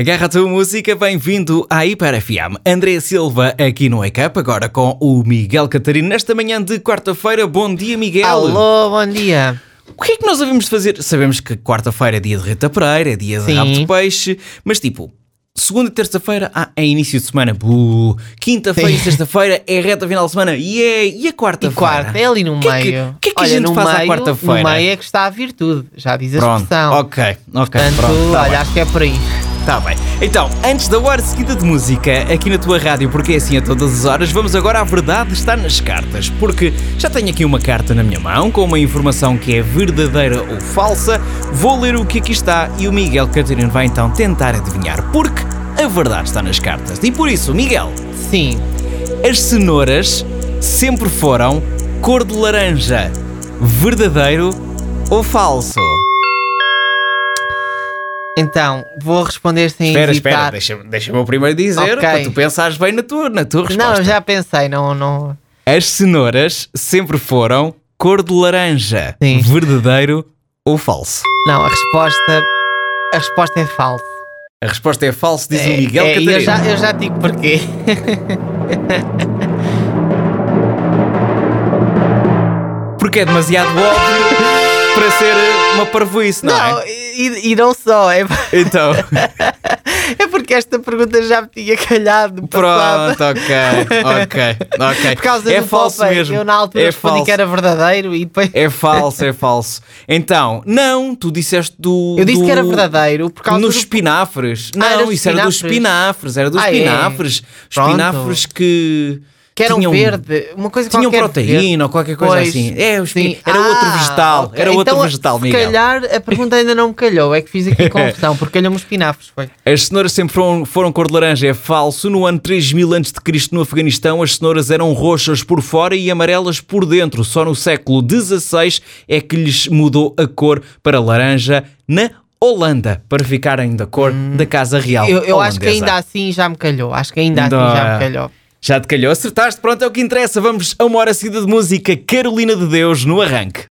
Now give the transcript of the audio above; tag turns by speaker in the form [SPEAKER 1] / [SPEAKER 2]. [SPEAKER 1] Agarra a tua música, bem-vindo à Hiper FM. André Silva aqui no Wake Up, agora com o Miguel Catarino, nesta manhã de quarta-feira. Bom dia, Miguel.
[SPEAKER 2] Alô, bom dia.
[SPEAKER 1] O que é que nós devemos de fazer? Sabemos que quarta-feira é dia de Rita Pereira, é dia de
[SPEAKER 2] Sim.
[SPEAKER 1] rabo de peixe, mas tipo, segunda e terça-feira ah, é início de semana, buh. Quinta-feira e sexta-feira é reta final de semana, yeah. e a
[SPEAKER 2] E
[SPEAKER 1] quarta-feira?
[SPEAKER 2] quarta, é ali no
[SPEAKER 1] O que é que-
[SPEAKER 2] meio.
[SPEAKER 1] o que é que a
[SPEAKER 2] olha,
[SPEAKER 1] gente
[SPEAKER 2] no
[SPEAKER 1] faz à
[SPEAKER 2] meio,
[SPEAKER 1] quarta-feira?
[SPEAKER 2] No meio é que está a virtude, já diz a
[SPEAKER 1] Pronto,
[SPEAKER 2] expressão.
[SPEAKER 1] ok, ok,
[SPEAKER 2] Portanto,
[SPEAKER 1] pronto. tá
[SPEAKER 2] olha,
[SPEAKER 1] bem.
[SPEAKER 2] acho que é por aí.
[SPEAKER 1] Tá bem. Então, antes da hora seguida de música, aqui na tua rádio, porque é assim a todas as horas, vamos agora à verdade estar nas cartas. Porque já tenho aqui uma carta na minha mão com uma informação que é verdadeira ou falsa. Vou ler o que aqui está e o Miguel Catarino vai então tentar adivinhar. Porque a verdade está nas cartas. E por isso, Miguel,
[SPEAKER 2] Sim,
[SPEAKER 1] as cenouras sempre foram cor de laranja. Verdadeiro ou falso?
[SPEAKER 2] então vou responder sem
[SPEAKER 1] Espera, espera,
[SPEAKER 2] hesitar.
[SPEAKER 1] deixa-me deixa eu primeiro dizer
[SPEAKER 2] Ok.
[SPEAKER 1] para tu pensares bem na tua, na tua resposta.
[SPEAKER 2] não, eu já pensei, não, não.
[SPEAKER 1] As cenouras sempre foram cor de laranja.
[SPEAKER 2] Sim.
[SPEAKER 1] Verdadeiro ou falso?
[SPEAKER 2] Não, a resposta, a resposta é falsa.
[SPEAKER 1] A resposta é falso, diz
[SPEAKER 2] É-
[SPEAKER 1] o Miguel
[SPEAKER 2] é, e
[SPEAKER 1] Catarina.
[SPEAKER 2] eu já, eu já digo porquê.
[SPEAKER 1] Porque é demasiado óbvio para ser eh, uma parvoíce, não,
[SPEAKER 2] Não,
[SPEAKER 1] é?
[SPEAKER 2] e, e não só, é,
[SPEAKER 1] Então,
[SPEAKER 2] é porque esta pergunta já me tinha calhado. passada.
[SPEAKER 1] pronto, ok, ok, ok.
[SPEAKER 2] Por causa
[SPEAKER 1] é
[SPEAKER 2] do
[SPEAKER 1] falso
[SPEAKER 2] Popeye,
[SPEAKER 1] mesmo.
[SPEAKER 2] Eu na altura
[SPEAKER 1] é
[SPEAKER 2] respondi
[SPEAKER 1] falso.
[SPEAKER 2] que era verdadeiro e depois.
[SPEAKER 1] É falso, é falso. Então, não, tu disseste do.
[SPEAKER 2] Eu disse
[SPEAKER 1] do-
[SPEAKER 2] que era verdadeiro por causa
[SPEAKER 1] Nos
[SPEAKER 2] do Ah,
[SPEAKER 1] espinafres. Não,
[SPEAKER 2] era dos
[SPEAKER 1] isso era dos espinafres. Era dos
[SPEAKER 2] Ah, é?
[SPEAKER 1] espinafres.
[SPEAKER 2] Pronto.
[SPEAKER 1] Espinafres que.
[SPEAKER 2] que era um
[SPEAKER 1] tinham-
[SPEAKER 2] verde, uma coisa
[SPEAKER 1] Tinham
[SPEAKER 2] qualquer
[SPEAKER 1] proteína
[SPEAKER 2] verde.
[SPEAKER 1] ou qualquer coisa
[SPEAKER 2] Pois,
[SPEAKER 1] assim. É, os
[SPEAKER 2] sim.
[SPEAKER 1] pi- era outro
[SPEAKER 2] Ah,
[SPEAKER 1] vegetal,
[SPEAKER 2] ok.
[SPEAKER 1] era outro
[SPEAKER 2] Então,
[SPEAKER 1] vegetal,
[SPEAKER 2] se
[SPEAKER 1] Miguel.
[SPEAKER 2] calhar a pergunta ainda não me calhou, é que fiz aqui confusão, porque calhou-me os pinafres, foi.
[SPEAKER 1] As cenouras sempre foram, foram cor de laranja, é falso. No ano 3000 a.C., no Afeganistão, as cenouras eram roxas por fora e amarelas por dentro. Só no século XVI é que lhes mudou a cor para laranja na Holanda, para ficarem da cor da Casa Real.
[SPEAKER 2] Hum. Eu, eu acho que
[SPEAKER 1] holandesa.
[SPEAKER 2] ainda assim já me calhou, acho que ainda assim
[SPEAKER 1] Dó.
[SPEAKER 2] já me calhou.
[SPEAKER 1] Já te calhou, acertaste, pronto, é o que interessa. Vamos a uma hora seguida de música. Carolina de Deus no arranque.